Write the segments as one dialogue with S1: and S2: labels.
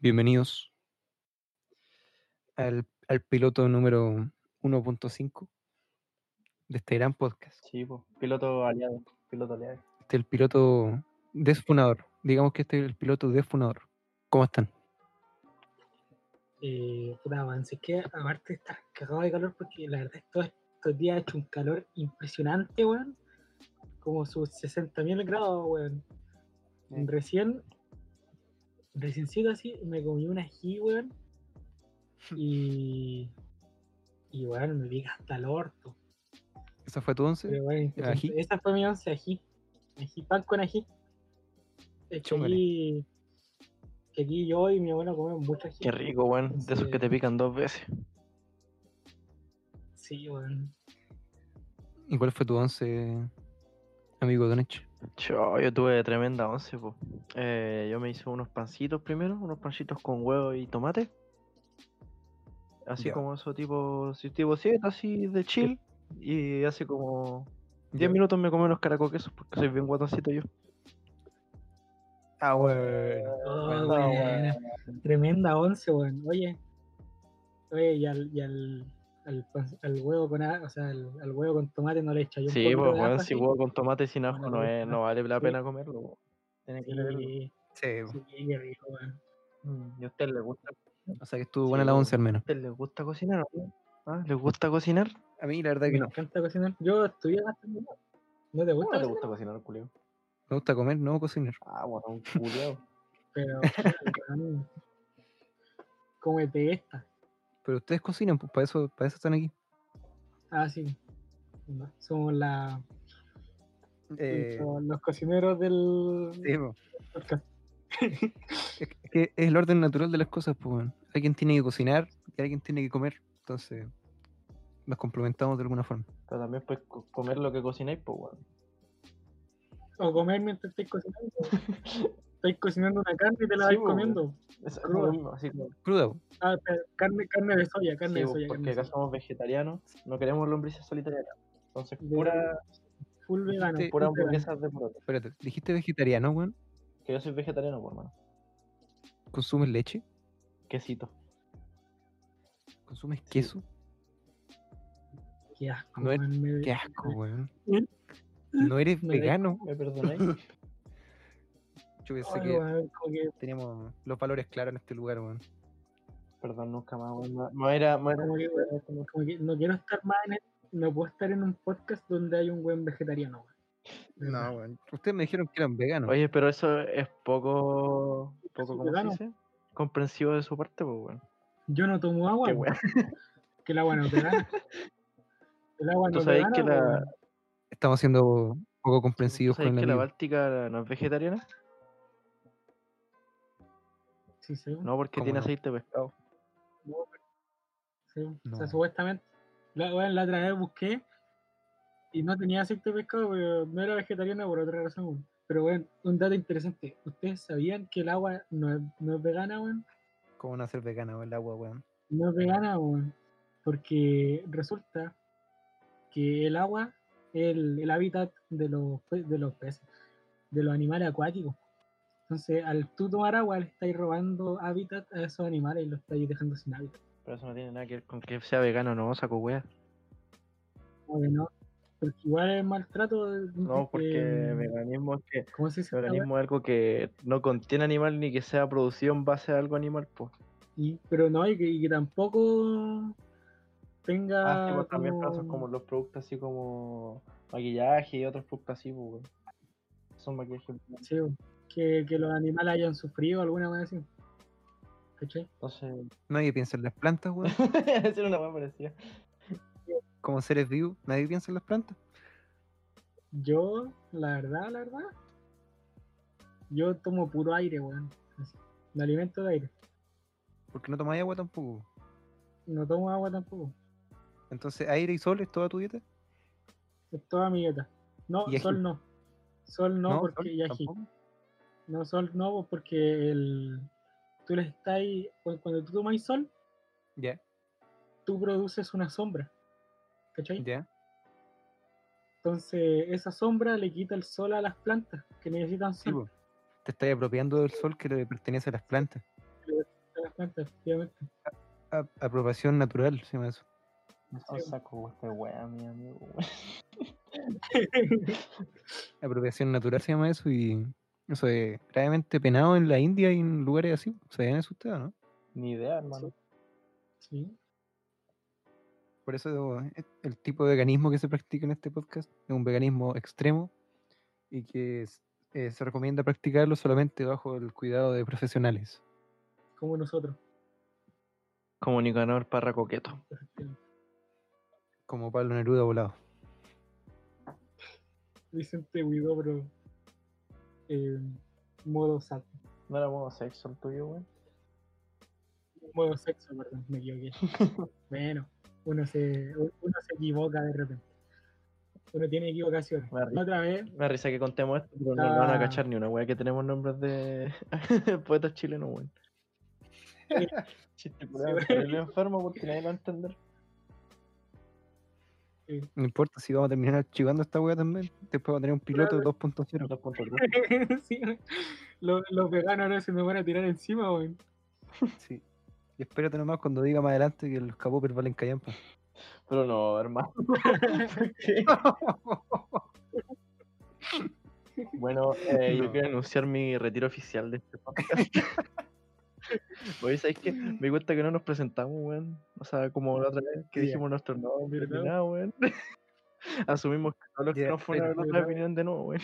S1: Bienvenidos al, al piloto número 1.5 de este gran podcast.
S2: Sí, po, piloto aliado, piloto aliado.
S1: Este es el piloto desfunador. Digamos que este es el piloto desfunador. ¿Cómo están?
S3: Eh, puta, weón, si es que aparte estás cagado de calor porque la verdad todos estos días ha hecho un calor impresionante, weón. Como sus 60.000 grados, weón.
S2: Sí.
S3: Recién, reciencito así, me comí una ají, weón. Y, y weón, me pica hasta el orto.
S1: ¿Esa fue tu once?
S3: Pero bueno,
S1: ¿Ají?
S3: esa fue mi once ají. Ají, pan con ají. Es que
S1: Chúngale.
S3: aquí, que aquí yo y mi abuela comemos mucho ají.
S2: Qué rico, weón. De esos que te pican dos veces.
S3: Sí, weón.
S1: ¿Y cuál fue tu once, amigo Donech?
S2: Yo, yo tuve tremenda once, po. Eh, yo me hice unos pancitos primero, unos pancitos con huevo y tomate. Así
S1: Ya.
S2: como eso tipo, sí, tipo siete, así de chill. Y hace como 10
S1: Ya.
S2: minutos me comí unos caracoquesos porque soy bien guatoncito yo.
S1: Ah, bueno.
S3: Oh,
S1: Bueno,
S3: weón. Tremenda once, weón. Oye, oye, y al, y al, al, pan- al huevo con a- o sea, al, al huevo con tomate no le echa yo un
S2: Sí,
S3: poquito
S2: pues
S3: de
S2: weón,
S3: ajo
S2: si
S3: así.
S2: huevo con tomate sin ajo
S3: Bueno,
S2: no,
S3: pero-
S2: es, no vale la
S3: sí.
S2: pena comerlo, weón. Tiene que tenerlo.
S3: Sí,
S1: Sí,
S3: sí, qué rico, weón.
S2: Mm, ¿Y a usted le gusta? ¿A
S1: o sea que estuvo buena la
S2: Sí.
S1: once al menos.
S2: usted le gusta cocinar? o no? ¿Ah? ¿Les gusta cocinar?
S1: A mí la verdad
S3: Me encanta cocinar. Yo estudié gastronomía. ¿No te
S2: ¿Cómo no te
S3: gusta? cocinar?
S2: gusta cocinar, culio?
S1: Me gusta comer, no cocinar.
S2: Ah, bueno, un culiao.
S3: Pero, weón, cómete esta.
S1: Pero ustedes cocinan, pues para eso, para eso están aquí.
S3: Ah, sí. No, Somos la,
S1: Eh,
S3: los- los cocineros del
S1: sí, po.
S3: podcast.
S1: es que- es que es el orden natural de las cosas, pues. weón. Alguien tiene que cocinar y alguien tiene que comer. Entonces, nos complementamos de alguna forma.
S2: Pero también puedes co- comer lo que cocináis, pues, weón.
S3: O comer mientras estáis cocinando. estáis cocinando una carne y te la
S2: Sí, pues,
S3: vais
S2: po, weón.
S3: comiendo.
S2: Es es
S3: Cruda.
S2: lo mismo, así como.
S1: Cruda, po.
S3: Ah, pero carne, carne de soya, carne
S2: sí,
S3: de
S2: pues,
S3: soya.
S2: porque
S3: carne de
S2: acá
S3: soya.
S2: somos vegetarianos, no queremos lombrices solitarias. Entonces,
S3: De-
S2: pura,
S3: Full vegano.
S1: dijiste-
S2: pura
S3: full vegano.
S2: hamburguesas de poroto.
S1: espérate, dijiste vegetariano, weón.
S2: Que yo soy vegetariano, pues, hermano.
S1: ¿Consumes leche?
S2: Quesito.
S1: ¿Consumes queso?
S3: Qué asco,
S1: No es-
S3: weón, me-
S1: Qué asco, weón.
S3: ¿Mm?
S1: No eres
S3: No eres-
S1: vegano.
S2: ¿Me perdonáis?
S1: Yo pensé
S3: Ay,
S1: que
S3: weón, como que-
S1: teníamos los valores claros en este lugar, weón.
S2: Perdón, nunca más, weón. Me- Me voy a ir a- me voy a
S3: como que, weón, como- como que no quiero estar más en el- no puedo estar en un podcast donde hay un buen vegetariano, weón.
S1: No, weón. Ustedes me dijeron que eran veganos.
S2: Oye, pero eso es poco. poco ¿Cómo se
S3: Ciudadano.
S2: dice? Comprensivo de su parte, pues, weón.
S3: Yo no tomo agua,
S2: Qué
S3: weón,
S2: weón.
S3: que el agua no te da. El agua
S2: Tú
S3: no te
S2: sabes
S3: da,
S2: que la-
S3: weón.
S1: Estamos siendo poco
S2: ¿Tú
S1: comprensivos
S2: ¿Sabes
S1: con
S2: que
S1: el
S2: la
S1: amigo.
S2: Báltica no es vegetariana?
S3: Sí, sí,
S2: No, porque
S1: ¿Cómo
S2: tiene
S1: no?
S2: aceite de pescado.
S3: sí. O sea,
S1: No.
S3: supuestamente. La, weón, la otra vez busqué y no tenía aceite de pescado, pero no era vegetariano por otra razón. weón. Pero bueno, un dato interesante. ¿Ustedes sabían que el agua no es, no es vegana, weón?
S1: ¿Cómo no hacer vegano el agua, weón?
S3: No es vegana, weón. Porque resulta que el agua es el, el hábitat de los, pe- de los peces, de los animales acuáticos. Entonces, al tú tomar agua, le estáis robando hábitat a esos animales y los estáis dejando sin hábitat.
S2: Pero eso no tiene nada que ver con que sea vegano, no, saco wea.
S3: Como que no, Porque igual es maltrato.
S2: No, porque
S3: eh,
S4: Em,
S2: veganismo es que
S3: ¿Cómo se dice? esta
S2: veganismo es algo que no contiene animal ni que sea producido en base a algo animal, pues.
S3: wea? Y- pero no, y que, y que tampoco tenga.
S2: Ah, sí, pues también pero eso es
S3: como-
S2: como los productos así como maquillaje y otros productos así, pues, weón. Son maquillaje.
S3: sí, bo, que, que los animales hayan sufrido alguna vez así. ¿Cachai?
S2: Entonces,
S1: Nadie piensa en las plantas, weón.
S2: eso era una wea parecida.
S1: Como seres vivos, nadie piensa en las plantas.
S3: Yo, la verdad, la verdad, yo tomo puro aire, weón. así, Me alimento de aire.
S1: Porque no tomáis agua tampoco.
S3: No tomo agua tampoco.
S1: Entonces, aire y sol es toda tu dieta.
S3: Es toda mi dieta. No,
S1: ¿Y ají?
S3: sol no. Sol no,
S1: sol
S3: porque ya ají.
S1: tampoco.
S3: No, sol no, pues, porque el, tú le estás ahí, cu- cuando tú tomas sol,
S1: Ya,
S3: tú produces una sombra. ¿Cachai?
S1: ya.
S3: Entonces, esa sombra le quita el sol a las plantas que necesitan
S1: Sí, pues.
S3: sol.
S1: po. Te estás apropiando del sol que le pertenece a las plantas.
S3: Exacto, efectivamente.
S1: A- apropiación natural, se llama eso.
S4: No saco este wea, mi amigo.
S1: Apropiación natural se llama eso y eso es gravemente penado en la India y en lugares así. ¿Sabían eso ustedes, o no?
S4: Ni idea, hermano.
S3: Sí.
S1: Por eso eh, el tipo de veganismo que se practica en este podcast es un veganismo extremo y que es- eh, se recomienda practicarlo solamente bajo el cuidado de profesionales.
S3: Como nosotros.
S2: Como Nicanor Parra Coqueto.
S3: efectivamente.
S1: Como Pablo Neruda volado.
S3: Vicente Huidobro. Eh, modo sad.
S4: No era homosexual tuyo, weón.
S3: Modo sexo, perdón, me equivoqué. bueno, uno se, uno se equivoca de repente. Uno tiene equivocaciones.
S4: Me río.
S3: Otra vez,
S2: Me da risa que contemos esto, pero no, no van a
S3: Ah.
S2: cachar ni una wea que tenemos nombres de poetas chilenos, weón.
S4: Chiste curado, pero yo enfermo porque nadie lo va a entender.
S1: No importa si vamos a terminar archivando esta wea también. Después va a tener un piloto
S3: Claro.
S1: 2.0.
S4: 2.3.
S3: sí, lo- los veganos ahora se me van a tirar encima, weón.
S1: Sí. Y espérate nomás cuando diga más adelante que los capopers valen callampa.
S4: Pero no, hermano. ¿Qué? bueno,
S2: Eh,
S4: eh,
S2: Yo quiero anunciar mi retiro oficial de este podcast. Oye, ¿sabes qué? Me di cuenta que no nos presentamos, weón. O sea, como la otra vez que
S3: Ya.
S2: dijimos nuestro nombre, ni
S3: ¿Verdad?
S2: nada, weón. Asumimos que todos los que
S1: Ya,
S2: nos fueron a ver
S1: pero-
S2: la opinión de nuevo, weón.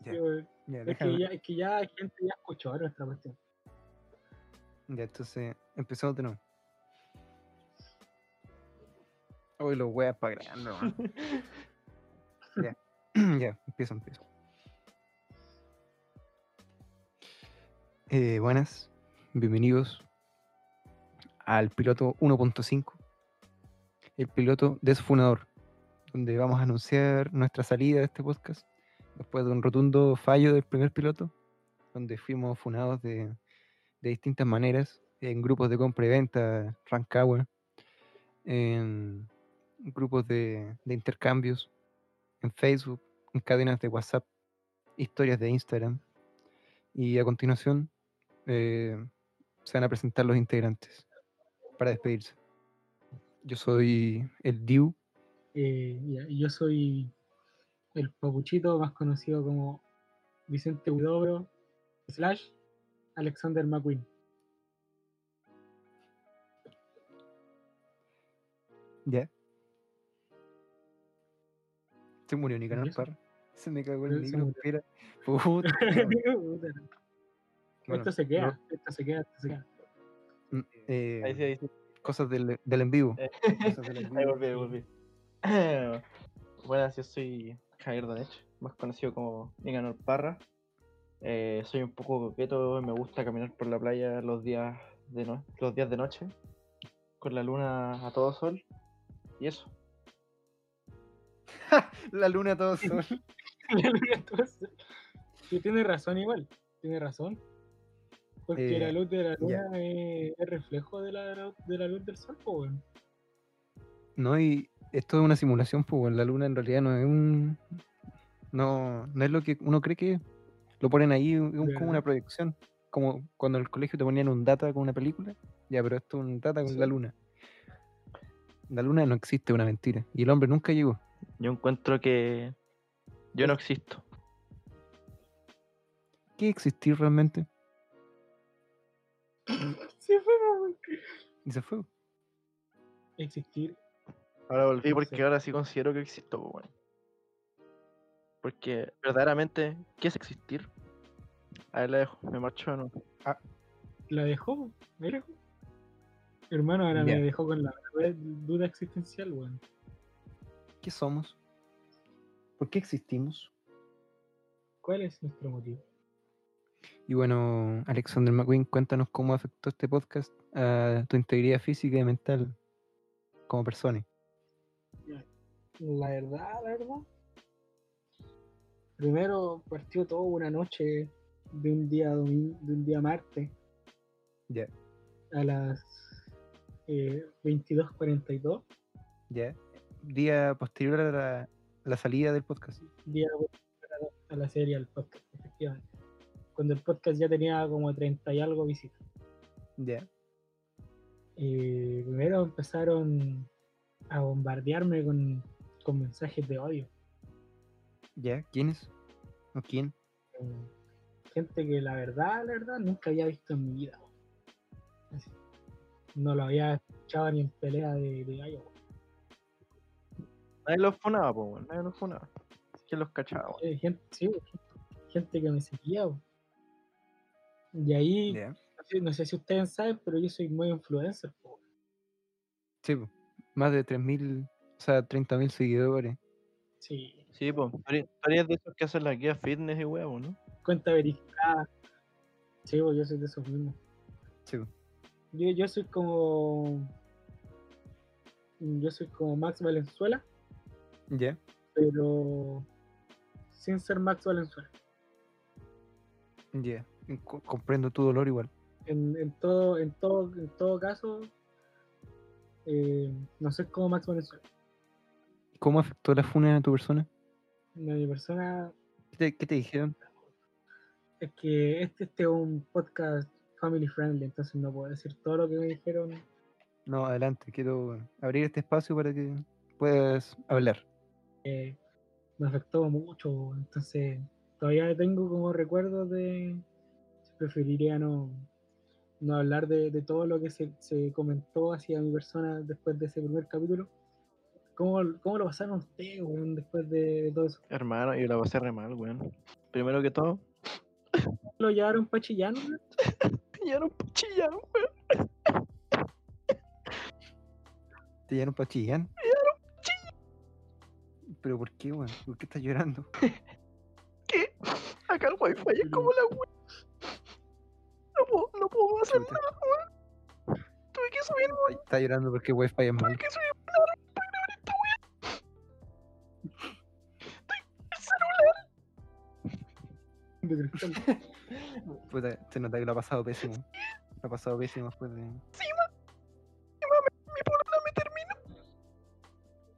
S1: Ya,
S3: Sí, weón.
S1: ya,
S3: Es que
S1: déjame.
S3: ya, es que ya gente ya escuchó nuestra cuestión.
S1: Ya, entonces, empezamos de nuevo. Hoy los weas pa' grande, weón. ya, empiezo, empiezo. Eh, buenas, bienvenidos al piloto 1.5, el piloto desfunador, donde vamos a anunciar nuestra salida de este podcast después de un rotundo fallo del primer piloto, donde fuimos funados de, de distintas maneras, en grupos de compra y venta, Rancagua, en grupos de, de intercambios, en Facebook, en cadenas de WhatsApp, historias de Instagram. Y a continuación eh, se van a presentar los integrantes para despedirse. Yo soy el Diu.
S3: Eh, ya, y yo soy el papuchito más conocido como Vicente Huidobro slash Alexander McQueen.
S1: ¿Ya? Se murió
S3: ¿Y
S1: Nicanor
S3: eso?
S1: Parra. Se me cagó
S3: Se-
S1: el
S3: se
S1: libro.
S3: murió.
S1: espera. Puta. Bueno,
S3: esto se
S1: no-
S3: queda, esto se queda, esto se queda.
S1: eh,
S4: ahí sí, ahí sí.
S1: Cosas del, del en vivo.
S4: Eh,
S1: cosas del en
S4: Ahí
S1: vivo.
S4: volví, ahí volví. Buenas, yo soy Javier Donech, más conocido como Nicanor Parra. Eh, soy un poco coqueto, me gusta caminar por la playa los días de, no- los días de noche, con la luna a todo sol, y eso.
S1: La luna todo sol.
S3: La luna todo se- que tiene razón igual, tiene razón. Porque
S1: Eh,
S3: la luz de la luna es, es reflejo de la, de la luz del sol, po, weón.
S1: No, y esto es una simulación, pues weón, la luna en realidad no es un. No, no es lo que uno cree que es. Lo ponen ahí es un- como una
S3: ¿Verdad?
S1: proyección. Como cuando en el colegio te ponían un data con una película. Ya, pero esto es un data con la
S3: Sí.
S1: luna. La luna no existe, una mentira. Y el hombre nunca llegó.
S2: Yo encuentro que yo no existo.
S1: ¿Qué existir realmente?
S3: Sí, fue, weón.
S1: Y se fue.
S3: Existir
S2: Ahora volví
S3: Sí,
S2: porque
S3: sí.
S2: ahora sí considero que existo, po, weón. Porque verdaderamente, ¿qué es existir? Ahí la dejo, me marcho de nuevo.
S3: la dejó, me dejó. Hermano, ahora
S1: Ya.
S3: me dejó con la verdadera duda existencial, weón.
S1: ¿Qué somos? ¿Por qué existimos?
S3: ¿Cuál es nuestro motivo?
S1: Y bueno, Alexander McQueen, cuéntanos cómo afectó este podcast a tu integridad física y mental como persona.
S3: La verdad, la verdad. Primero partió todo una noche de un día domingo, de un día martes
S1: Ya,
S3: a las eh, 22.42,
S1: ya. Día posterior a la, a la salida del podcast.
S3: día a la serie al podcast, efectivamente. Cuando el podcast ya tenía como 30 y algo visitas.
S1: Ya.
S3: Y eh, primero empezaron a bombardearme con, con mensajes de odio.
S1: ¿Ya? ¿Quién es? ¿O quién?
S3: Eh, Gente que la verdad, la verdad, nunca había visto en mi vida. weón. Así. No lo había escuchado ni en pelea de, de gallo. weón.
S2: Nadie los funaba, po, weón. Nadie los funaba. ¿Quién los cachaba, weón?
S3: Eh, Gente, sí, weón, gente- gente que me seguía. weón. Y ahí,
S1: Ya.
S3: no sé- no sé si ustedes saben, pero yo soy muy influencer. pues, po, weón.
S1: Sí, po. más de 3.000, o sea, 30.000 seguidores.
S3: Sí,
S2: Sí, po. Tú eres- tú eres de esos que hacen la guía fitness y huevo, ¿no?
S3: cuenta verificada. Sí, weón, yo soy de esos mismos.
S1: Sí, po.
S3: Yo, yo soy como. Yo soy como Max Valenzuela,
S1: ¿Ya?
S3: pero. Sin ser Max Valenzuela.
S1: Ya. Co- Comprendo tu dolor igual.
S3: En, en todo, en todo, en todo caso. eh, no soy como Max Valenzuela.
S1: ¿Cómo afectó la funa a tu persona?
S3: Mi persona
S1: ¿Qué te, qué te dijeron?
S3: es que este, este es un podcast family friendly, entonces no puedo decir todo lo que me dijeron.
S1: No, adelante, quiero abrir este espacio para que puedas hablar.
S3: eh, me afectó mucho, entonces todavía tengo como recuerdos de preferiría no, no hablar de, de todo lo que se, se comentó hacia mi persona después de ese primer capítulo. ¿Cómo, cómo lo pasaron ustedes weón, después de, de todo eso?
S2: Hermano, yo la pasé re mal, weón. Primero que todo,
S3: ¿Lo llevaron para Chillán? weón?
S2: pillaron puchilla, weón.
S1: ¿Te llevaron para Chillán? ¿Pero por qué, weón? ¿Por qué estás llorando?
S2: ¿Qué? Acá el wifi es como la weón. No puedo, no puedo hacer
S1: Chuta,
S2: Tuve que subir,
S1: Estás llorando porque Wi-Fi es malo.
S2: tuve que subir.
S3: De Cristóbal.
S1: Puta, se nota que lo ha pasado pésimo. Lo ha pasado pésimo después de.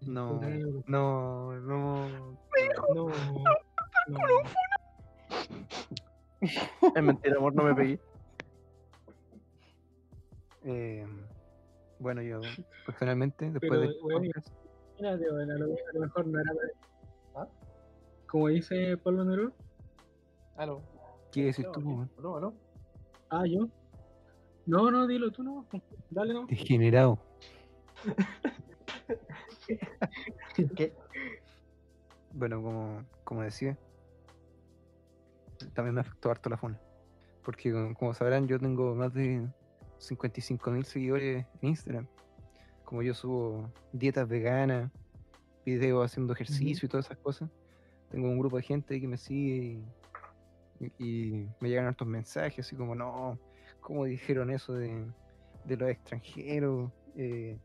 S1: No,
S3: Puta, yo-
S1: no, no.
S3: No, no,
S2: Es mentira, amor, no me pegué.
S1: Eh, bueno, yo personalmente, después
S3: pero
S1: de.
S3: weón, imagínate, weón, a, lo, a lo mejor no era para-
S4: ¿Ah?
S3: Como dice Pablo Nerón,
S4: Aló.
S1: ¿Qué decís
S4: Aló,
S1: tú, weón?
S4: Aló, aló.
S3: ah, yo. No, no, dilo tú no, dale no.
S1: Degenerado.
S4: ¿Qué?
S1: Bueno, como, como decía, también me afectó harto la funa. Porque como, como sabrán, yo tengo más de 55.000 seguidores en Instagram. Como yo subo dietas veganas, videos haciendo ejercicio y todas esas cosas, tengo un grupo de gente que me sigue y, y me llegan hartos mensajes así como, no, ¿cómo dijeron eso de, de los extranjeros? Eh,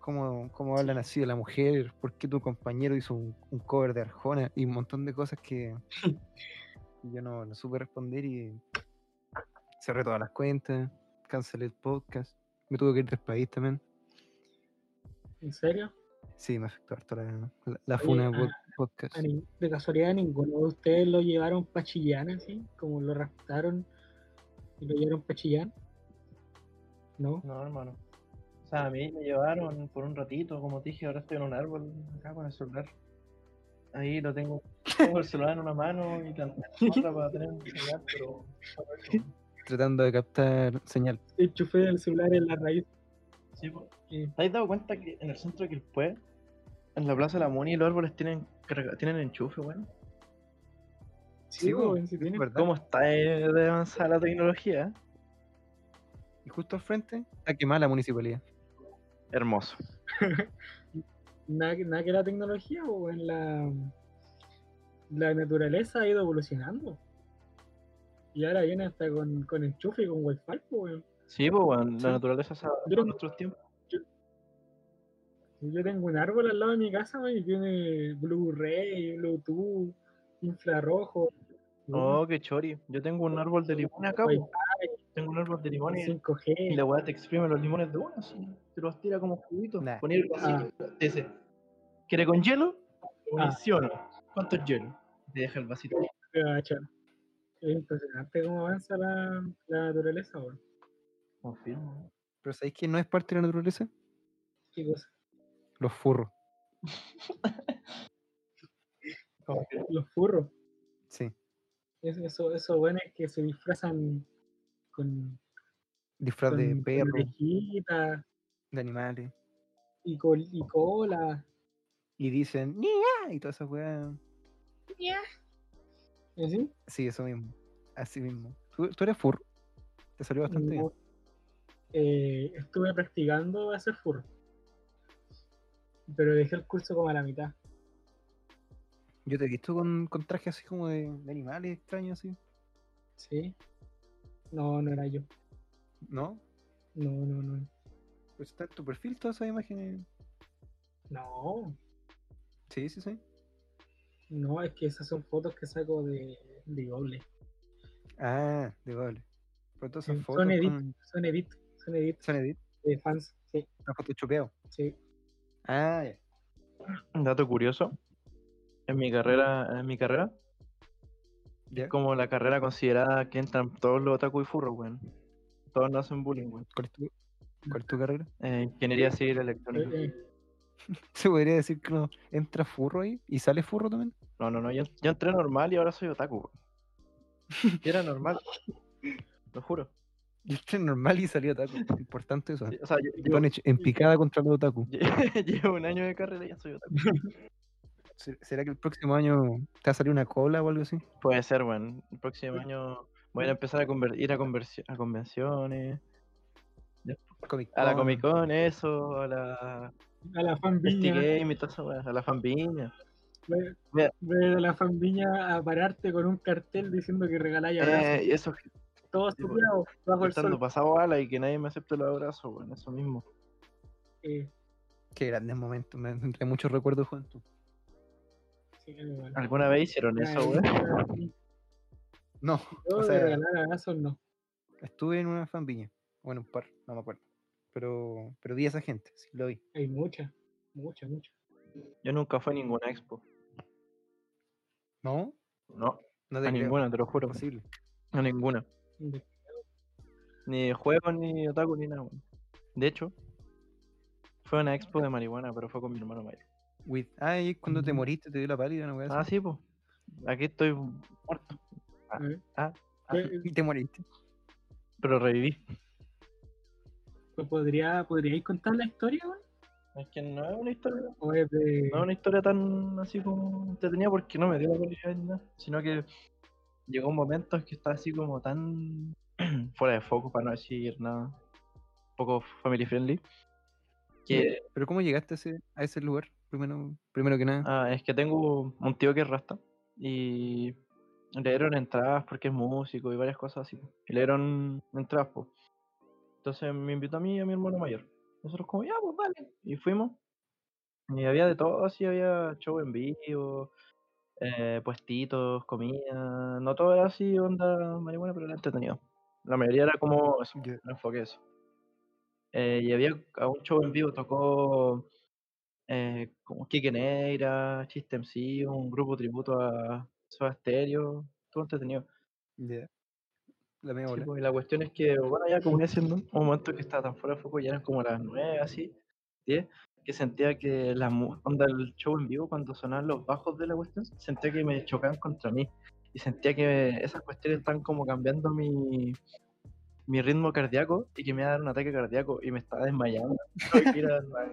S1: cómo, cómo hablan así de la mujer, por qué tu compañero hizo un, un cover de Arjona y un montón de cosas que, que yo no, no supe responder y cerré todas las cuentas, cancelé el podcast, me tuve que ir del país también.
S3: ¿En serio?
S1: Sí, me afectó harto la, la, la
S3: Oye, ah,
S1: funa de
S3: a-
S1: pod- podcast.
S3: A ni- de casualidad ninguno de ustedes lo llevaron para Chillán así, como lo raptaron y lo llevaron para Chillán. No,
S4: No, hermano. O sea, a mí me llevaron por un ratito, como te dije, ahora estoy en un árbol, acá con el celular. Ahí lo tengo, tengo el celular en una mano y la en la otra para tener un celular, pero...
S1: Tratando de captar señal.
S3: enchufé el celular en la raíz.
S4: Sí, po.
S3: eh,
S4: ¿Te has dado cuenta que en el centro de Quilpue, en la plaza de la Muni, los árboles tienen, carga- tienen enchufe, weón?
S3: sí,
S1: po,
S3: weón, si
S1: es
S3: tiene-
S1: verdad.
S2: ¿Cómo está eh, de avanzada la tecnología? eh?
S1: Y justo al frente está quemada la municipalidad.
S2: Hermoso.
S3: nada, que- nada que la tecnología o en la, la naturaleza ha ido evolucionando. Y ahora viene hasta con, con enchufe y con wifi, po, weón.
S2: Sí, pues, weón,
S1: Sí.
S2: la naturaleza se
S3: Yo-
S2: adaptó a nuestros tiempos.
S3: Yo tengo un árbol al lado de mi casa, weón, y tiene Blu-ray, Bluetooth, infrarrojo.
S2: Oh, qué chori. Yo tengo un árbol de limón acá,
S3: Guay.
S4: pues.
S2: po. Tengo un árbol de limones
S3: 5G.
S4: Y la weá te exprime los limones de uno, así. Te los tira como juguitos.
S1: Nah.
S4: Poner el vasito, te dice, ¿quiere con hielo?
S3: Ah.
S4: Munición. ¿Cuánto es hielo? Y Te deja el vasito.
S3: Cacha. Es impresionante cómo avanza la, la naturaleza, weón.
S4: Confirmo.
S1: Pero ¿sabéis que no es parte de la naturaleza?
S3: ¿Qué cosa?
S1: Los furros.
S4: Confirmo.
S3: Los furros.
S1: Sí.
S3: Es- Eso, eso bueno es que se disfrazan con,
S1: Disfraz de
S3: con- con
S1: perro,
S3: orejitas
S1: de animales.
S3: y, col- y cola.
S1: Y dicen, ¡Nia! Y todas esas weas.
S3: ¿Y así?
S1: Sí, eso mismo. Así mismo. Tú, tú eres furro. Te salió bastante bien.
S3: No. Eh, estuve practicando hacer furro. Pero dejé el curso como a la mitad.
S1: Yo te he visto con, con trajes así como de, de animales extraños, así.
S3: Sí. No, no era yo.
S1: ¿No?
S3: No, no, no.
S1: Pues está en tu perfil todas esas imágenes.
S3: No.
S1: Sí, sí, sí.
S3: No, es que esas son fotos que saco de, de Google.
S1: Ah, de vale. Pero todas esas
S3: Sí,
S1: fotos
S3: son edit,
S1: con-
S3: son edit, son edit
S1: son edit.
S3: de fans. Sí,
S1: Están photoshopeados.
S3: sí.
S1: Ah, ya.
S2: Dato curioso. En mi carrera, en mi carrera,
S1: ya.
S2: como la carrera considerada que entran todos los otaku y furros, weón. Todos no hacen bullying, weón.
S1: ¿Cuál es tu, cuál es tu carrera?
S2: Eh, ingeniería civil
S3: Eh,
S2: electrónica.
S3: eh,
S1: Se podría decir que no entra furro ahí y sale furro también.
S2: No, no, no, yo, yo entré normal y ahora soy otaku, weón. Yo era normal. Lo juro.
S1: Y este es normal y salió otaku. Importante eso.
S2: O sea, yo-
S1: Te
S2: yo-
S1: pones en picada contra los otaku.
S2: lle- llevo un año de carrera y ya soy otaku.
S1: ¿Se- ¿Será que el próximo año te va a salir una cola o algo así?
S2: Puede ser, weón. El próximo año voy a empezar a conver- ir a, conversi- a convenciones,
S1: Comic
S2: a la
S1: Con.
S2: Comic Con, eso, a la
S3: a la fan
S2: Este
S3: Oh. viña.
S2: Game y todo eso, weón, a la fanpiña.
S3: Ve
S2: Mira.
S3: ve a la fan viña a pararte con un cartel diciendo que regaláis abrazos.
S2: Eh, y eso,
S3: Todos
S2: sí, pues,
S3: subiados bajo el
S2: estando
S3: sol.
S2: pasado ala y que nadie me acepte los abrazos, weón, eso mismo.
S3: Eh,
S1: Qué grandes momentos. Me me trae muchos recuerdos de juventud.
S3: sí, eh, bueno.
S2: ¿Alguna vez hicieron
S3: Ya,
S2: Ah, eso,
S3: eh,
S2: weón?
S1: No,
S3: Yo
S1: o
S3: de
S1: sea-
S3: regalar abrazos no.
S1: estuve en una fanviña. Bueno, un par, no me acuerdo. Pero, pero vi a esa gente, sí lo vi.
S3: Hay muchas, muchas, muchas.
S2: Yo nunca fui a ninguna expo.
S1: ¿No?
S2: No,
S1: No te
S2: a
S1: creo,
S2: ninguna, te lo juro.
S1: Imposible.
S2: A ninguna.
S3: De-
S2: Ni de juegos, ni de otaku, ni nada, weón. De hecho, fue una expo de marihuana, pero fue con mi hermano mayor.
S1: With... Ah, y cuando te
S3: Mm.
S1: moriste te dio la pálida, no voy a
S2: Ah, sí, pues. Aquí estoy muerto, Ah.
S3: eh,
S2: Ah,
S3: eh,
S1: Y te moriste.
S2: pero reviví.
S3: pues, ¿Podría, ¿Podríais contar la historia, güey?
S2: Es que no es una historia
S3: ¿O es de.?
S2: no es una historia tan así como entretenida porque no me dio la curiosidad ni nada, sino que llegó un momento en que estaba así como tan fuera de foco para no decir nada, un poco family friendly, que
S1: Pero ¿cómo llegaste a ese, a ese lugar? Primero, primero que nada.
S2: ah, es que tengo un tío que es rasta y le dieron entradas porque es músico y varias cosas así, y le dieron entradas, po. entonces me invitó a mí y a mi hermano mayor, nosotros como ya pues vale, y fuimos. Y había de todo, así había show en vivo, eh, puestitos, comida. No todo era así, onda marihuana, pero era entretenido. La mayoría era como eso,
S1: Ya.
S2: un enfoque eso. Eh, y había a un show en vivo, tocó eh, como Kike Neira, Chiste MC, un grupo tributo a Soda Stereo, todo entretenido.
S1: Ya. La media
S2: Sí,
S1: bola.
S2: pues, y la cuestión es que, bueno, ya como decía, un momento que estaba tan fuera de foco, ya eran como las 9, así, 10, que sentía que la mu- onda del show en vivo, cuando sonaban los bajos de la cuestión, sentía que me chocaban contra mí. Y sentía que esas cuestiones están como cambiando mi, mi ritmo cardíaco y que me iba a dar un ataque cardíaco y me estaba desmayando. Tuve que ir a, a-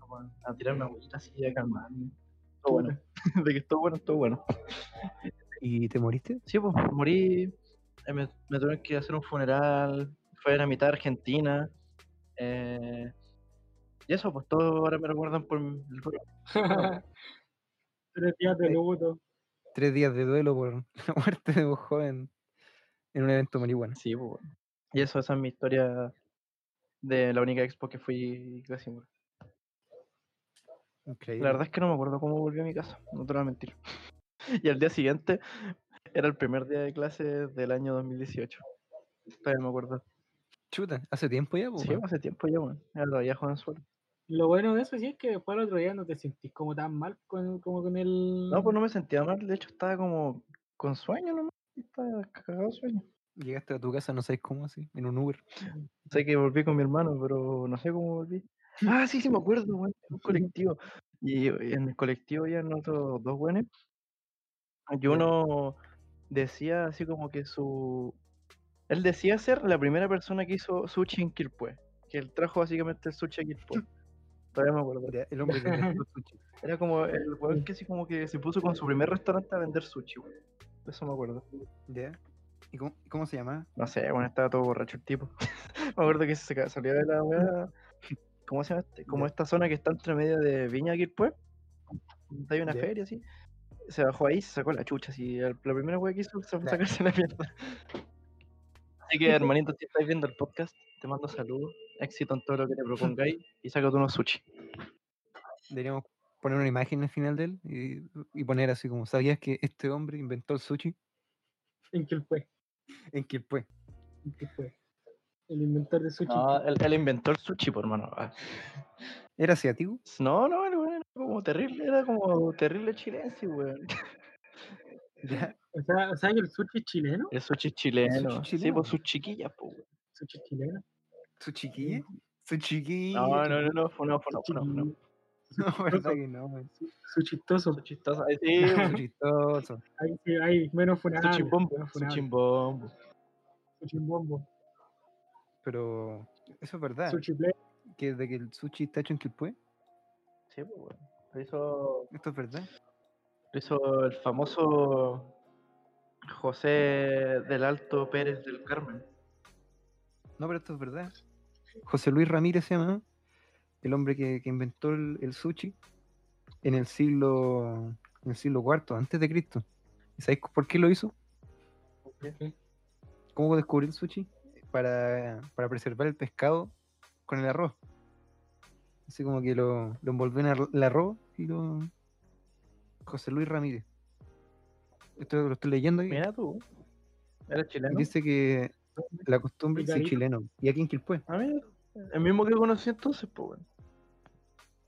S2: como a- a tirar una bolita así y a calmarme. Todo bueno. De que estuvo bueno, todo bueno.
S1: ¿Y te moriste?
S2: Sí, pues morí. eh, Me, me tuvieron que hacer un funeral. Fue en la mitad de Argentina. eh, y eso, pues todos ahora me recuerdan por mi- el ruido.
S3: Tres días de
S1: Eh,
S3: luto.
S1: Tres días de duelo por la muerte de un joven en un evento marihuana.
S2: Sí, pues. bueno. Y eso, esa es mi historia de la única expo que fui casi muero.
S1: Increíble.
S2: La verdad es que no me acuerdo cómo volví a mi casa, no te lo voy a mentir. Y al día siguiente era el primer día de clases del año 2018. Todavía me acuerdo.
S1: Chuta, hace tiempo ya, po,
S2: Sí,
S1: weón.
S2: hace tiempo ya, bueno. Era todavía Juan Suelo.
S3: Lo bueno de eso sí es que después al otro día no te sentís como tan mal con, como con el.
S2: pues, No, pues no me sentía mal, de hecho estaba como con sueño nomás, estaba cagado de sueño.
S1: Llegaste a tu casa, no sabes cómo así, en un Uber.
S2: Sé que volví con mi hermano, pero no sé cómo volví. Ah, sí, sí, me acuerdo, weón, en un colectivo. Y en el colectivo ya nosotros dos buenos. Y uno decía así como que su. Él decía ser la primera persona que hizo sushi en Quilpue. Que él trajo básicamente el sushi a Quilpue. Todavía me acuerdo.
S1: Era El hombre que inventó el sushi.
S2: Era como el weón que así como que se puso con su primer restaurante a vender sushi, weón. De Eso me acuerdo.
S1: ¿Ya? ¿Y cómo, y cómo se llama?
S2: No sé, bueno, estaba todo borracho el tipo. me acuerdo que se ca- salió de la weá. ¿Cómo se llama? este? Como esta zona que está entre medio de Viña y Quilpué. Hay una
S1: Ya.
S2: feria así. Se bajó ahí, se sacó la chucha. Así, la primera weá que hizo se fue a
S1: Ya.
S2: sacarse la mierda. Así que, hermanito, si estáis viendo el podcast, te mando saludos. Éxito en todo lo que te propongáis y sácate unos sushi.
S1: Deberíamos poner una imagen al final de él y, y poner así como, ¿sabías que este hombre inventó el sushi?
S3: En que él fue.
S1: En que fue.
S3: en que fue. El inventor de sushi.
S2: No, él, él inventó el sushi, por hermano. Ah,
S1: ¿Era asiático?
S2: No, no, el weón era como terrible, era como terrible chilense, weón.
S1: Ya.
S3: O sea, o sea, que el sushi es chileno.
S2: El sushi chileno. Sí,
S1: chileno,
S2: por
S1: po.
S2: sus chiquillas, po, weón.
S3: Sushi chileno.
S1: ¿Su chiquilla? ¿Su chiquilla?
S2: No, no, no, no, fue no, fue no, fue no, fue no.
S1: No, verdad que no, man.
S3: Su chistoso.
S2: Fue chistoso. Ay, Sí,
S1: Su chistoso.
S3: Ahí, sí, ahí, menos funable.
S2: sushi bombo,
S3: menos funable.
S2: sushi bombo.
S3: Sushi bombo.
S1: Pero eso es
S2: Ah.
S1: verdad.
S3: Sushi play.
S1: Que de que el sushi está hecho en Quilpue,
S2: Sí, po, weón. Lo hizo,
S1: esto es verdad.
S2: lo hizo el famoso José del Alto Pérez del Carmen.
S1: No, pero esto es verdad. José Luis Ramírez se llama, el hombre que, que inventó el, el sushi en el siglo en el siglo IV, antes de Cristo. ¿Y sabéis por qué lo hizo? ¿Cómo descubrió el sushi? Para, para preservar el pescado con el arroz. Así como que lo, lo envolvió en ar- el arroz y lo. José Luis Ramírez. Esto lo estoy leyendo aquí.
S2: Mira tú. Era
S1: Y
S2: chileno.
S1: Dice que la costumbre sí,
S3: Picadito.
S1: chileno. Y aquí en Quilpué.
S2: Ah, mira, El mismo que conocí entonces, pues, po, weón.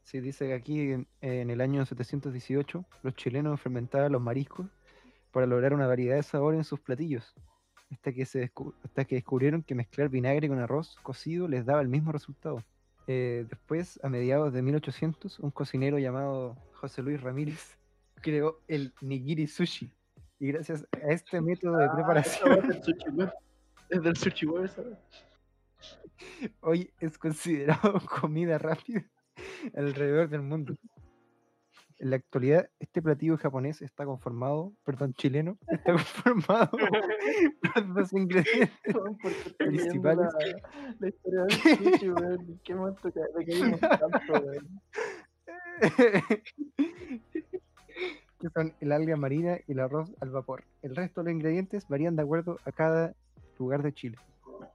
S1: Sí, dice que aquí en, en el año 718 los chilenos fermentaban los mariscos para lograr una variedad de sabor en sus platillos, hasta que, se descu- hasta que descubrieron que mezclar vinagre con arroz cocido les daba el mismo resultado. Eh, después, a mediados de 1800, un cocinero llamado José Luis Ramírez creó el nigiri sushi. Y gracias a este método de preparación,
S2: Es del sushi web. Es del sushi web, ¿sabes?
S1: hoy es considerado comida rápida alrededor del mundo. En la actualidad, este platillo japonés está conformado, perdón, chileno, está conformado por dos ingredientes.
S2: Weón, ¿por qué estoy leyendo
S1: Principales.
S2: La, la historia del sushi, weón. ¿En qué momento ca- le caímos tanto, weón?
S1: que son el alga marina y el arroz al vapor. El resto de los ingredientes varían de acuerdo a cada lugar de Chile.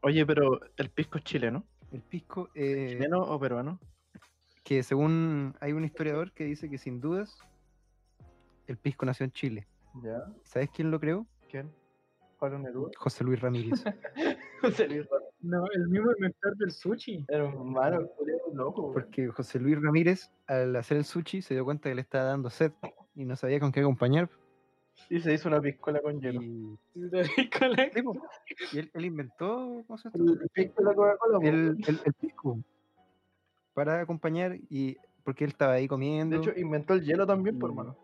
S2: Oye, pero el pisco es chileno.
S1: El pisco, eh,
S2: ¿Chileno o peruano?
S1: que según hay un historiador que dice que sin dudas el pisco nació en Chile.
S2: Ya.
S1: ¿Sabes quién lo creó?
S2: ¿Quién? Pablo Neruda.
S1: José Luis Ramírez.
S2: José Luis Ramírez.
S3: No, el mismo inventor del sushi.
S2: Hermano, el culiao es loco, weón.
S1: Porque José Luis Ramírez, al hacer el sushi, se dio cuenta que le estaba dando sed y no sabía con qué acompañar.
S2: Y se hizo una piscola con hielo.
S1: Y,
S3: Con la-
S1: Sí, po. Y él, él inventó ¿cómo se llama esto?
S2: El pisco la Coca-Cola, po.
S1: el, el- el pisco para acompañar y porque él estaba ahí
S2: De
S1: comiendo.
S2: hecho, inventó el hielo también, por hermano.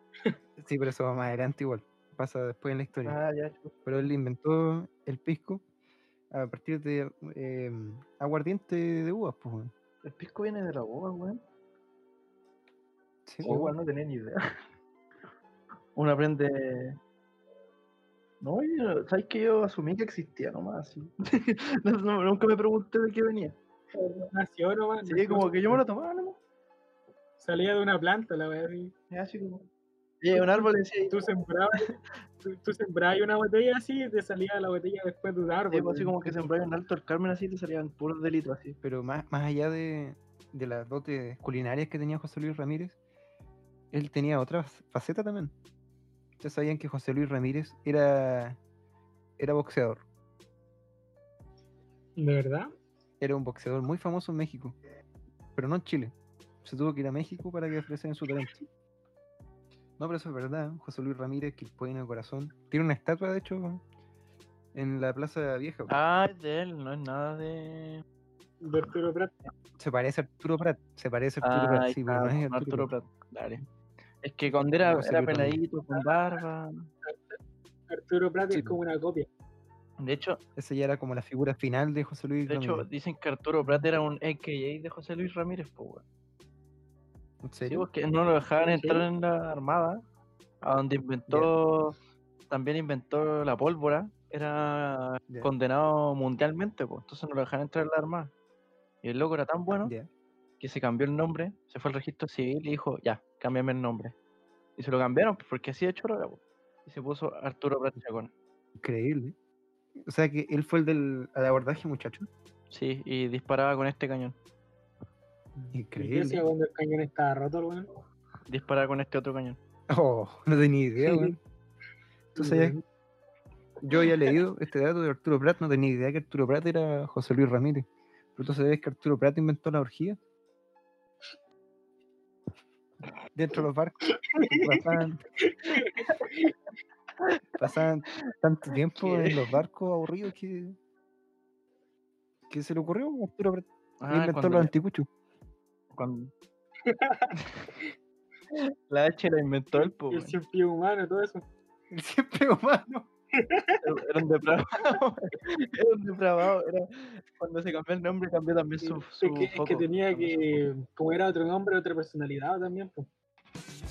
S1: sí, pero eso va más adelante igual. Pasa después en la historia.
S2: Ah, ya, chup.
S1: Pero él inventó el pisco a partir de eh, aguardiente de uvas. Pues, weón.
S2: El pisco viene de la boba, weón.
S1: Sí,
S2: Oh,
S1: weón.
S2: weón, no tenía ni idea. Uno aprende. No, yo- sabes que yo asumí que existía nomás, así. No- no- nunca me pregunté de qué venía.
S3: Nació nomás.
S2: Sería
S3: nació.
S2: como que yo me lo tomaba nomás.
S3: Salía de una planta, la verdad. así.
S2: Y así como. Y un árbol y decía, y
S3: Tú sembrabas, tú, tú sembrabas una botella así y te salía la botella después de un árbol.
S2: tipo, pues, así
S3: güey.
S2: como que sembraba en alto el Carmen así y te salían puros delitos así.
S1: pero más, más allá de, de las dotes culinarias que tenía José Luis Ramírez, él tenía otra fac- faceta también. Ustedes sabían que José Luis Ramírez era, era boxeador.
S3: ¿De verdad?
S1: Era un boxeador muy famoso en México, pero no en Chile. Se tuvo que ir a México para que ofrecieran su talento. No, pero eso es verdad. José Luis Ramírez, que pone en el corazón. Tiene una estatua, de hecho, en la Plaza Vieja. weón.
S2: Ah, es de él, no es nada de.
S3: De Arturo Prat.
S1: Se parece a Arturo Prat. Se parece a Arturo
S2: Ah,
S1: Prat,
S2: ahí
S1: sí,
S2: está,
S1: pero no es
S2: con
S1: Arturo
S2: Arturo
S1: Prat.
S2: Prat. Dale. Es que cuando era,
S1: No sé
S2: era
S1: qué tal.
S2: peladito, con barba.
S3: Arturo Prat
S1: Sí,
S3: es como una copia.
S2: De hecho,
S1: Esa ya era como la figura final de José Luis
S2: de hecho
S1: Ramírez.
S2: dicen que Arturo Prat era un AKA de José Luis Ramírez, pues, weón.
S1: ¿En
S2: Sí,
S1: serio?
S2: porque no lo dejaban
S3: Sí.
S2: entrar en la armada, a donde inventó, también inventó la pólvora, era
S1: Ya,
S2: condenado mundialmente, pues, entonces no lo dejaban entrar en la armada. Y el loco era tan bueno
S1: ya.
S2: que se cambió el nombre, se fue al registro civil y dijo, ya, cámbiame el nombre. Y se lo cambiaron, pues, porque así de choro era, pues. Y se puso Arturo Prat Chacón.
S1: Increíble. O sea que él fue el del al abordaje, muchacho.
S2: Sí, y disparaba con este cañón,
S3: ¿Qué hacía
S1: Increíble.
S3: cuando el cañón estaba roto, el weón?
S2: disparaba con este otro cañón.
S1: Oh, no tenía ni idea,
S3: Sí.
S1: weón. Tú sabías- Yo había leído este dato de Arturo Prat, no tenía idea que Arturo Prat era José Luis Ramírez. Pero tú sabes que Arturo Prat inventó la orgía. Dentro de los barcos. porque Pasaban, pasaban tanto tiempo en los barcos aburridos que, que se le ocurrió a Arturo Prat.
S2: Ah,
S1: inventó
S2: cuando
S1: los
S2: le-
S1: anticuchos.
S2: cuando- La H la inventó el po,
S3: El
S2: weón.
S3: cien pies humano, todo eso.
S1: El siempre humano.
S2: Era- Era un depravado. Era un depravado. Era... Cuando se cambió el nombre, cambió también
S3: Sí,
S2: su.
S3: es,
S2: su
S3: que, es que
S2: foco,
S3: tenía
S2: cambió su
S3: que, como era otro nombre, otra personalidad también, pues.
S2: foco.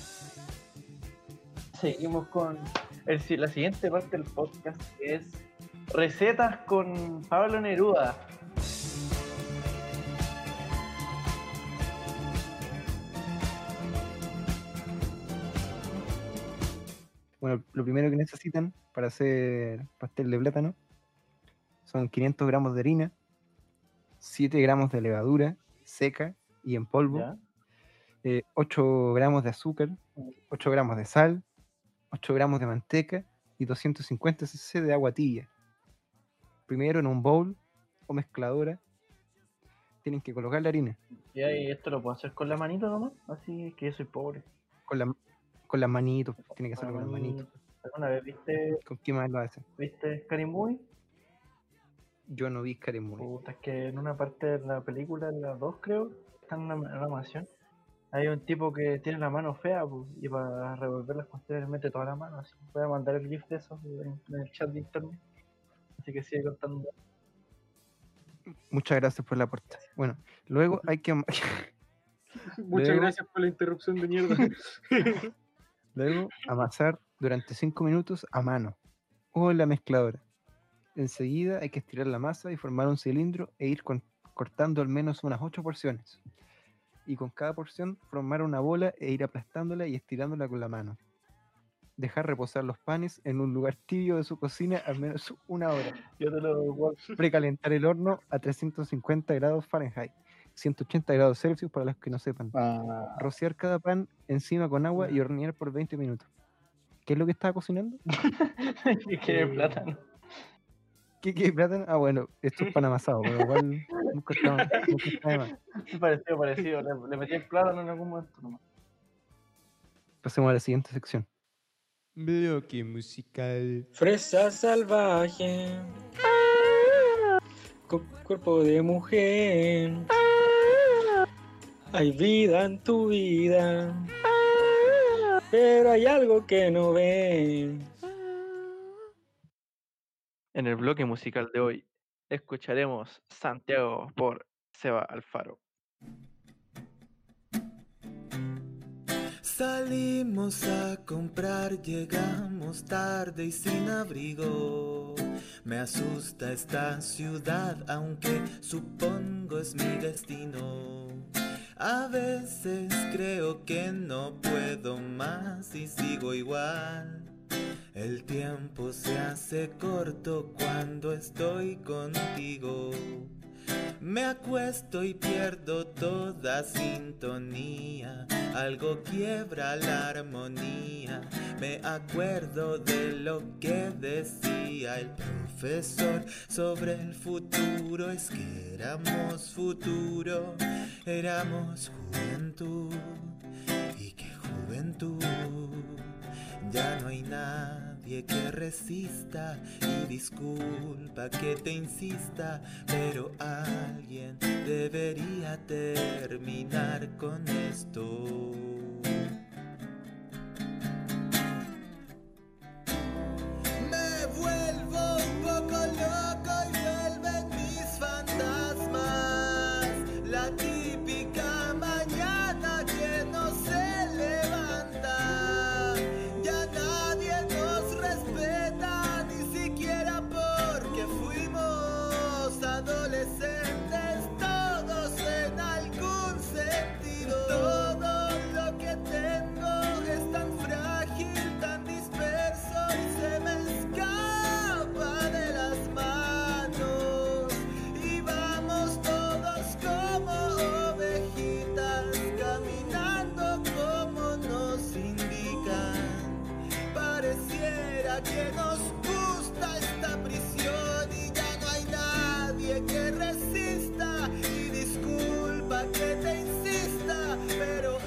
S2: Seguimos con. el si- la siguiente parte del podcast que es recetas con Pablo Neruda.
S1: Bueno, lo primero que necesitan para hacer pastel de plátano son 500 gramos de harina, 7 gramos de levadura seca y en polvo,
S2: ¿ya?
S1: eh, 8 gramos de azúcar, 8 gramos de sal, 8 gramos de manteca y 250 cc de agua tibia. Primero en un bowl o mezcladora tienen que colocar la harina
S2: Ya, y esto lo puedo hacer con la manito nomás. Así que yo soy pobre.
S1: con, la, con las manitos, tiene que hacerlo con las
S2: Mm,
S1: manitos.
S2: ¿Alguna vez viste,
S1: ¿Con qué más lo hacen?
S2: viste Scary Movie?
S1: Yo no vi Scaramuy.
S2: Puta, es que en una parte de la película, en las dos creo, está en una, en una mansión. Hay un tipo que tiene la mano fea pu, y para revolver las cuestiones le mete toda la mano. Así voy a mandar el gif de eso en, en el chat de internet. Así que sigue contando.
S1: Muchas gracias por la aporte. Bueno, luego hay que,
S3: Muchas
S1: Luego-
S3: gracias por la interrupción de mierda.
S1: luego amasar durante 5 minutos a mano o en la mezcladora. Enseguida hay que estirar la masa y formar un cilindro e ir con- cortando al menos unas 8 porciones. Y con cada porción formar una bola e ir aplastándola y estirándola con la mano. Dejar reposar los panes en un lugar tibio de su cocina al menos una hora.
S2: Yo te lo igual.
S1: Precalentar el horno a 350 grados Fahrenheit, 180 grados Celsius para los que no sepan. rociar cada pan encima con agua y hornear por 20 minutos. ¿Qué es lo que estaba cocinando?
S2: que quiere plátano.
S1: ¿Qué, qué plátano? Ah, bueno, esto es pan amasado, pero igual nunca está, nunca está de más.
S2: Parecido, parecido. Le, le metí el plátano en algún momento nomás.
S1: Pasemos a la siguiente sección.
S5: Bloque musical.
S3: Fresa salvaje. Cu- cuerpo de mujer. Hay vida en tu vida. Pero hay algo que no ven.
S2: En el bloque musical de hoy escucharemos Santiago por Seba Alfaro.
S6: Salimos a comprar, llegamos tarde y sin abrigo. Me asusta esta ciudad, aunque supongo es mi destino. A veces creo que no puedo más y sigo igual. El tiempo se hace corto cuando estoy contigo. Me acuesto y pierdo toda sintonía, algo quiebra la armonía. Me acuerdo de lo que decía el profesor sobre el futuro, es que éramos futuro, éramos juventud y que juventud ya no hay nadie. nadie que resista y disculpa que te insista, pero alguien debería terminar con esto. Me vuelvo un poco loco y vuelven mis fantasmas. La típica mañana que no se levanta. Ya nadie nos respeta, ni siquiera porque fuimos adolescentes. Todos en algún sentido. Todo lo que tengo es tan frágil, tan disperso y se me escapa de las manos. Y vamos todos como ovejitas, caminando como nos indican. Pareciera que nos gusta esta prisión y ya no hay nadie que resista. Y disculpa que te insista, pero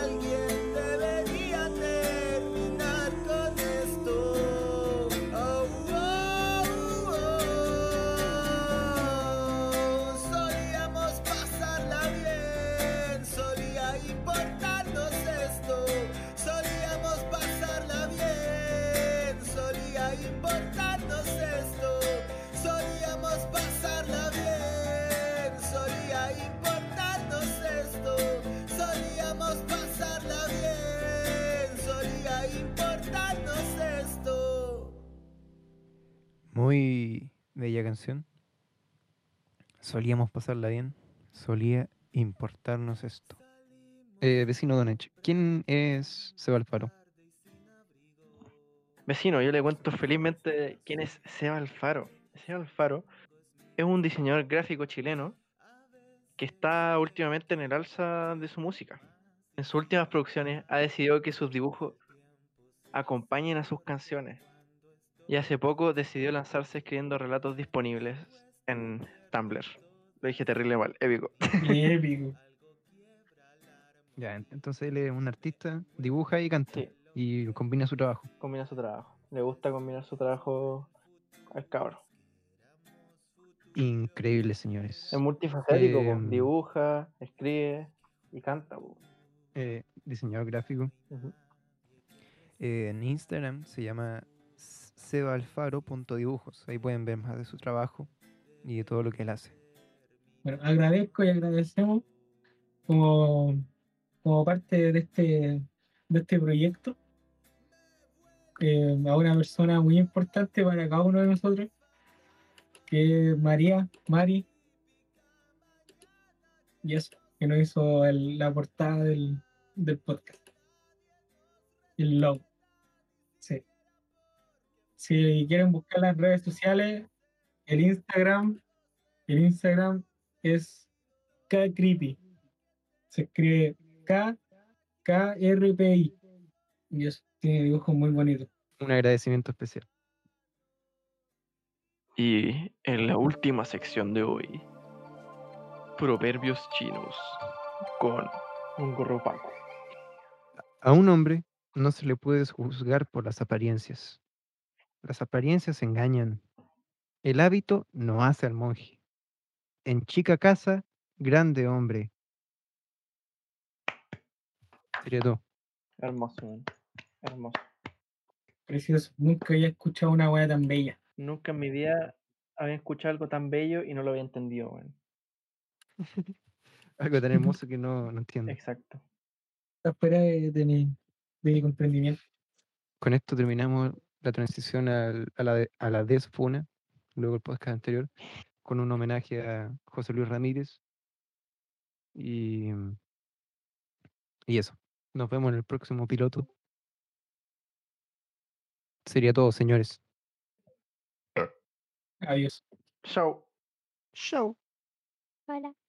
S6: alguien debería terminar con esto. Oh, oh, oh. Solíamos pasarla bien, solía importarnos esto. Solíamos pasarla bien, solía importarnos esto. Solíamos pasarla bien, solía importarnos esto. Solíamos pasarla bien, solía importarnos esto.
S1: Muy bella canción. Solíamos pasarla bien. Solía importarnos esto. Eh, vecino Donech, ¿quién es Seba Alfaro?
S2: Vecino, yo le cuento felizmente quién es Seba Alfaro. Seba Alfaro es un diseñador gráfico chileno que está últimamente en el alza de su música. En sus últimas producciones ha decidido que sus dibujos acompañen a sus canciones. Y hace poco decidió lanzarse escribiendo relatos disponibles en Tumblr. Lo dije terrible mal, épico.
S3: Épico.
S1: Ya, ent- entonces él es un artista, dibuja y canta.
S2: Sí.
S1: Y combina su trabajo.
S2: Combina su trabajo. Le gusta combinar su trabajo al cabro.
S1: Increíble, señores.
S2: Es multifacético, po.
S1: Em.
S2: dibuja, escribe y canta. po.
S1: Eh, diseñador gráfico.
S2: Ujú.
S1: Eh, en Instagram se llama s- sebaalfaro.dibujos. Ahí pueden ver más de su trabajo y de todo lo que él hace.
S3: Bueno, agradezco y agradecemos como, como parte de este, de este proyecto eh, a una persona muy importante para cada uno de nosotros, que es María, Mari, y eso, que nos hizo el- la portada del, del podcast. El logo. Sí. Si quieren buscar las redes sociales, el Instagram, el Instagram es K Creepy. Se escribe K K R P I. Y eso tiene dibujos muy bonitos.
S1: Un agradecimiento especial.
S2: Y en la última sección de hoy, proverbios chinos con un gorro opaco.
S1: A un hombre no se le puede juzgar por las apariencias. Las apariencias engañan. El hábito no hace al monje. En chica casa, grande hombre. Sería todo.
S2: Hermoso, man. hermoso.
S3: Precioso. Nunca había escuchado una hueá tan bella.
S2: Nunca en mi vida había escuchado algo tan bello y no lo había entendido, weón.
S1: Algo tan hermoso que no, no
S2: Mm.
S1: entiendo.
S2: Exacto.
S3: Está fuera de, de mi, de mi comprendimiento.
S1: Con esto terminamos la transición al- a, la, de- a la desfuna, luego el podcast anterior, con un homenaje a José Luis Ramírez. Y, y eso. Nos vemos en el próximo piloto. Sería todo, señores.
S3: Adiós.
S2: Chao.
S1: Chao.
S7: Hola.